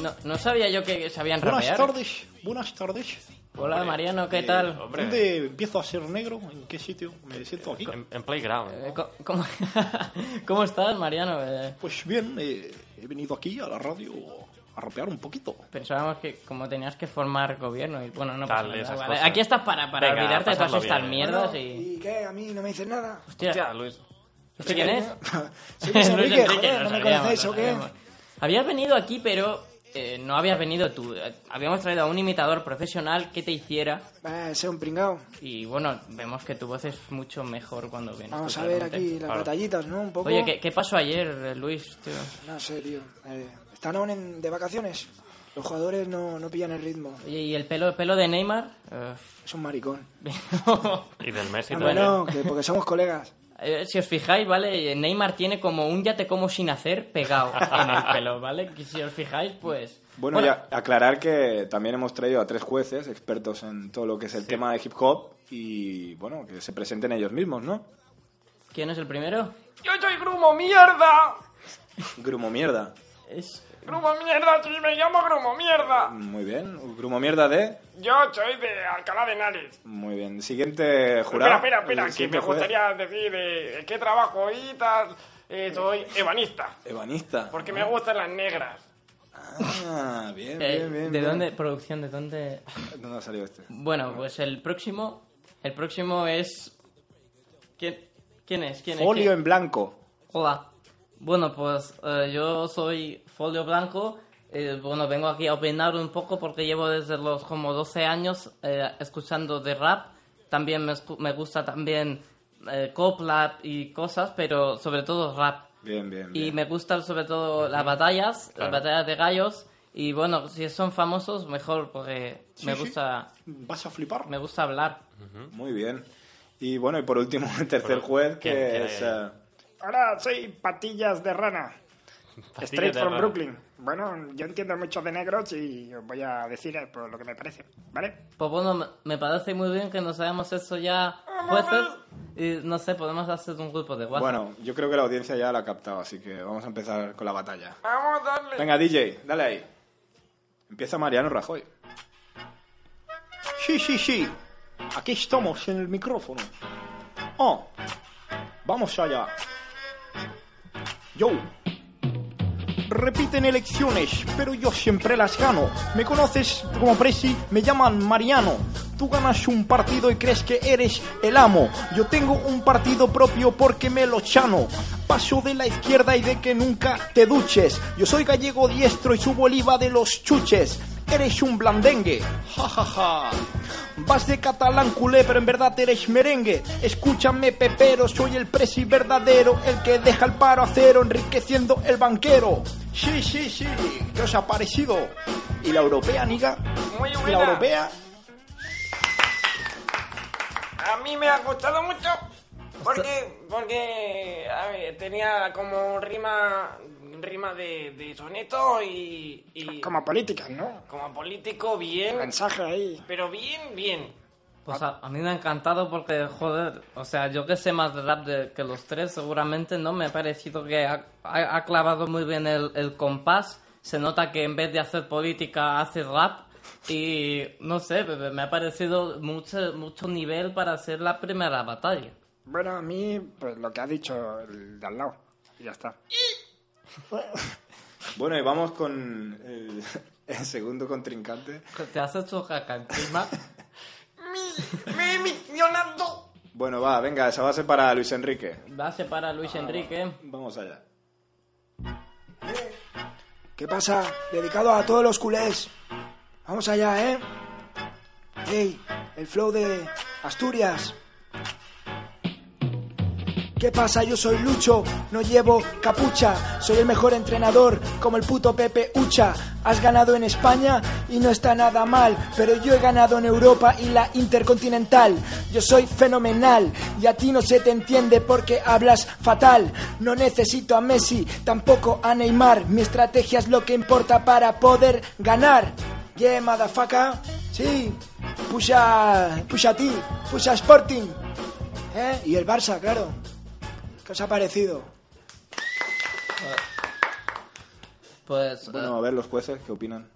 No, no sabía yo que sabían rapear. tardes, buenas tardes. Eh, Hola Mariano, ¿qué Sí, tal? hombre. Em. empiezo a ser negro? ¿En qué sitio? Me siento aquí. En, en Playground. Eh, co- ¿Cómo, ¿Cómo estás, Mariano? Eh, Pues bien, eh, he venido aquí a la radio a rapear un poquito. Pensábamos que como tenías que formar gobierno y bueno, no pasa Dale, nada, esas ¿vale? cosas. Aquí estás para, para Venga, olvidarte de todas pasadlo estas bien. mierdas y... ¿Y qué? ¿A mí no me dices nada? Hostia, Hostia, Luis. ¿este quién ¿Eh? es? Soy Luis Luis Enrique, Enrique, joder, lo ¿no me sabíamos, conocéis lo o qué? sabíamos. Habías venido aquí, pero eh, no habías venido tú. Habíamos traído a un imitador profesional que te hiciera Eh, sea un pringao. y bueno, vemos que tu voz es mucho mejor cuando vienes. Vamos tú, a ver realmente. aquí las batallitas, ¿no? Un poco. Oye, ¿qué, qué pasó ayer, eh, Luis? tío? No sé, tío. Eh, ¿Están aún en- de vacaciones? Los jugadores no, no pillan el ritmo. Oye, ¿y el pelo, el pelo de Neymar? Eh, Es un maricón. Y del Ah, Messi Hombre, también. no, que porque somos colegas. Eh, si os fijáis, ¿vale? Neymar tiene como un ya te como sin hacer pegado en el pelo, ¿vale? Que si os fijáis, pues... Bueno, y a- aclarar que también hemos traído a tres jueces expertos en todo lo que es el tema de hip hop y, bueno, que se presenten ellos mismos, ¿no? ¿Quién es el primero? Grumo mierda. Es Grumo mierda, sí, me llamo Grumo mierda. Muy bien. Grumo mierda de. Yo soy de Alcalá de Henares. Muy bien. Siguiente jurado. Espera, espera, El espera, que siguiente me juez. gustaría decir eh, de qué trabajo y tal. Eh, soy ebanista, Ebanista. porque me gustan las negras. Ah, bien, Eh, bien, bien. ¿De bien. dónde? Producción, ¿de dónde? ¿Dónde ha salido este? Bueno, pues el próximo. El próximo es. ¿Quién, quién es? ¿Quién es? Folio ¿Quién? en blanco. Hola. Bueno, pues eh, yo soy Folio Blanco. Eh, bueno, vengo aquí a opinar un poco porque llevo desde los como 12 años eh, escuchando de rap. También me, escu- me gusta también eh, copla y cosas, pero sobre todo rap. Bien, bien. Y bien. me gustan sobre todo las batallas, Claro. las batallas de gallos. Y bueno, si son famosos, mejor, porque me sí. gusta Vas a flipar. me gusta hablar. Muy bien. Y bueno, y por último, el tercer Bueno, juez, ¿quién- quién que es. hay ahí? eh, Ahora soy patillas de rana. Patillas Straight de from rana. Brooklyn. Bueno, yo entiendo mucho de negros y os voy a decir eh, por lo que me parece, ¿vale? Pues bueno, me- me parece muy bien que nos hayamos hecho ya jueces. Y no sé, podemos hacer un grupo de WhatsApp. Bueno, yo creo que la audiencia ya la ha captado, así que vamos a empezar con la batalla. Vamos a darle. Venga, DJ, dale ahí. Empieza Mariano Rajoy. Sí, sí, sí. Aquí estamos en el micrófono. Oh, vamos allá. Yo. Repiten elecciones, pero yo siempre las gano. Me conoces como Presi, me llaman Mariano. Tú ganas un partido y crees que eres el amo. Yo tengo un partido propio porque me lo chano. Paso de la izquierda y de que nunca te duches. Yo soy gallego diestro y subo el IVA de los chuches. Eres un blandengue. Ja, ja, ja. Vas de catalán culé, pero en verdad eres merengue. Escúchame, pepero, soy el presi verdadero, el que deja el paro a cero, enriqueciendo el banquero. Sí, sí, sí, ¿qué os ha parecido? ¿Y la europea, niga? Muy ¿Y la buena. europea? A mí me ha gustado mucho porque, porque a ver, tenía como rima, rima de, de soneto y, y Como políticas, ¿no? como político bien, Mensaje ahí. pero bien, bien. Pues a, a mí me ha encantado porque, joder, o sea, yo que sé más de rap de- que los tres, seguramente, ¿no? Me ha parecido que ha, ha- ha clavado muy bien el, el compás. Se nota que en vez de hacer política, hace rap. Y no sé, me me ha parecido mucho, mucho nivel para hacer la primera batalla. Bueno, a mí, pues lo que ha dicho el de al lado. Y ya está. Bueno, y vamos con el, el segundo contrincante. Te has hecho caca encima. Me he misionado. Bueno, va, venga, esa base para Luis Enrique. Base para Luis Ah, Enrique. Vamos allá. ¿Qué pasa? Dedicado a todos los culés. Vamos allá, ¿eh? ¡Ey! El flow de Asturias. ¿Qué pasa? Yo soy Lucho, no llevo capucha. Soy el mejor entrenador, como el puto Pepe Ucha. Has ganado en España y no está nada mal, pero yo he ganado en Europa y la Intercontinental. Yo soy fenomenal y a ti no se te entiende porque hablas fatal. No necesito a Messi, tampoco a Neymar. Mi estrategia es lo que importa para poder ganar. Yeah, motherfucker. Sí, pusha, pusha a ti, pusha Sporting. ¿Eh? Y el Barça, claro. ¿Qué os ha parecido? Pues Bueno, a ver los jueces, ¿qué opinan? eh,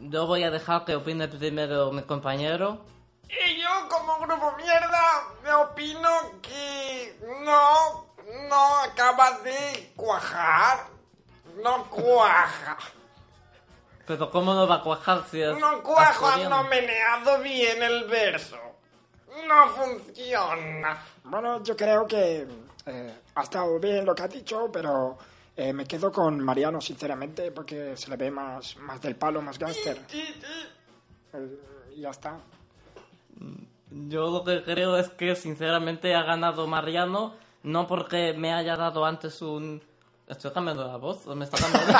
yo voy a dejar que opine primero mi compañero. Y yo como grupo mierda me opino que no, no acaba de cuajar. No cuaja. Pero ¿cómo no va a cuajar si es No cuajo, asturiano? no meneado bien el verso. No funciona. Bueno, yo creo que eh, ha estado bien lo que ha dicho, pero eh, me quedo con Mariano, sinceramente, porque se le ve más, más del palo, más gángster. Eh, y ya está. Yo lo que creo es que sinceramente ha ganado Mariano, no porque me haya dado antes un... Estoy cambiando la voz, me está cambiando,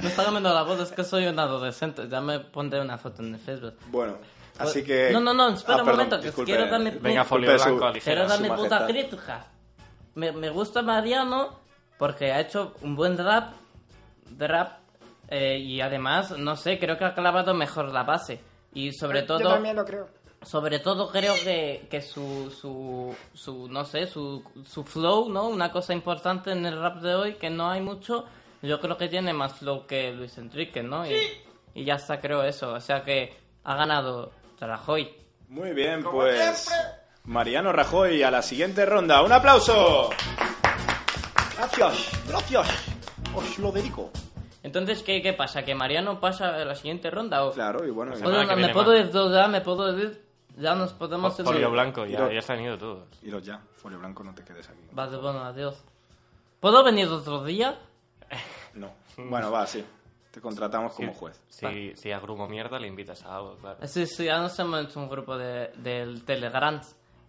me está cambiando la voz, es que soy un adolescente, ya me pondré una foto en el Facebook. Bueno, así que. Pues, No, no, no, espera Ah, un perdón, momento, que disculpe. quiero dar mi- Venga, mi- folio Disculpe su- blanco, Quiero aligera. dar mi Su puta majestad. crítica. Me, me gusta Mariano porque ha hecho un buen rap. de rap. eh, y además, no sé, creo que ha clavado mejor la base. Y sobre Eh, Yo todo, también lo creo. sobre todo creo que, que su, su, su, no sé, su, su flow, ¿no? Una cosa importante en el rap de hoy que no hay mucho Yo creo que tiene más flow que Luis Enrique, ¿no? Y, y ya está, creo eso. O sea que ha ganado Rajoy. Muy bien, pues. Mariano Rajoy a la siguiente ronda. ¡Un aplauso! Gracias, gracias. Os lo dedico. Entonces, ¿qué, qué pasa? ¿Que Mariano pasa a la siguiente ronda? ¿O Claro, y bueno, y- ¿Puedo- semana que me viene puedo más. desdudar? ¿Me puedo des- Ya nos podemos... Folio blanco, ya, Mira. ya se han ido todos. y los ya, folio blanco, no te quedes aquí. Vale, bueno, adiós. ¿Puedo venir otro día? No. Bueno, va, sí. Te contratamos como juez. Si, si agrumo mierda, le invitas a algo, claro. Sí, sí, ya nos hemos hecho un grupo de, del Telegram.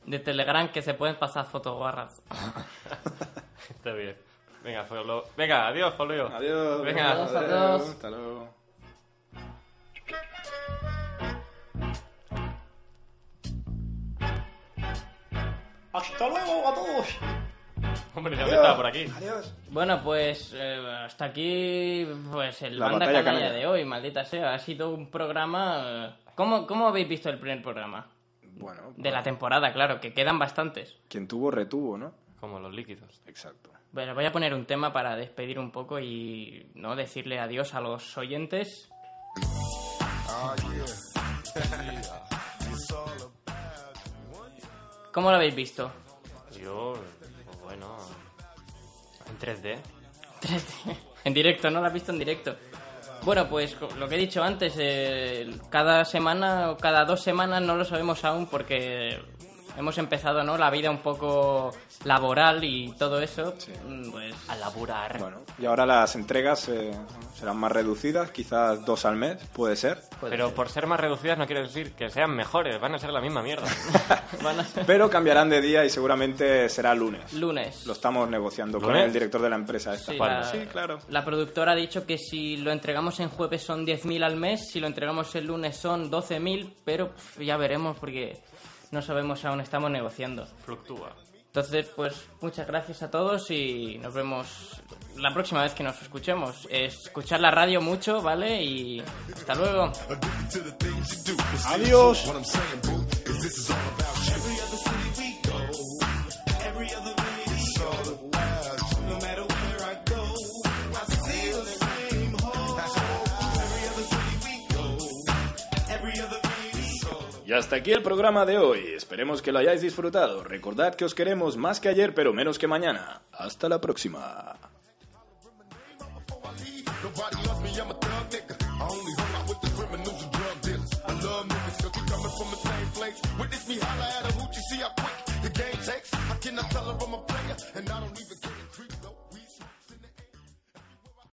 De Telegram que se pueden pasar fotoguarras. Está bien. Venga, folio. Venga, adiós, folio. Adiós. Venga. Adiós, adiós. Hasta luego. Hasta luego a todos. Hombre, ya me estaba por aquí. Adiós. Bueno, pues eh, hasta aquí pues el La banda batalla canalla, canalla. de hoy, maldita sea. Ha sido un programa... eh, ¿Cómo, ¿Cómo habéis visto el primer programa? Bueno, De la temporada, claro, que quedan bastantes. quien tuvo, retuvo, ¿no? Como los líquidos. Exacto. Bueno, voy a poner un tema para despedir un poco y no decirle adiós a los oyentes. ¿Cómo lo habéis visto? Yo, pues bueno. En 3D. en directo, no lo has visto en directo. Bueno, pues co- lo que he dicho antes, eh, cada semana o cada dos semanas no lo sabemos aún porque hemos empezado ¿no? la vida un poco laboral y todo eso. mm, Pues a laburar. Bueno, y ahora las entregas eh, serán más reducidas, quizás dos al mes, puede ser. Puede Pero ser. por ser más reducidas no quiero decir que sean mejores, van a ser la misma mierda. Van a ser Pero cambiarán de día y seguramente será lunes. lunes. Lo estamos negociando con ¿Lunes? el director de la empresa. Esta. Sí, Palma. la, Sí, claro. la productora ha dicho que si lo entregamos en jueves son 10.000 al mes, si lo entregamos el lunes son 12.000, pero pf, ya veremos porque no sabemos aún, estamos negociando. Fluctúa. Entonces, pues muchas gracias a todos y nos vemos la próxima vez que nos escuchemos. Escuchar la radio mucho, ¿vale? Y hasta luego. Adiós. Y hasta aquí el programa de hoy. Esperemos que lo hayáis disfrutado. Recordad que os queremos más que ayer, pero menos que mañana. Hasta la próxima. Nobody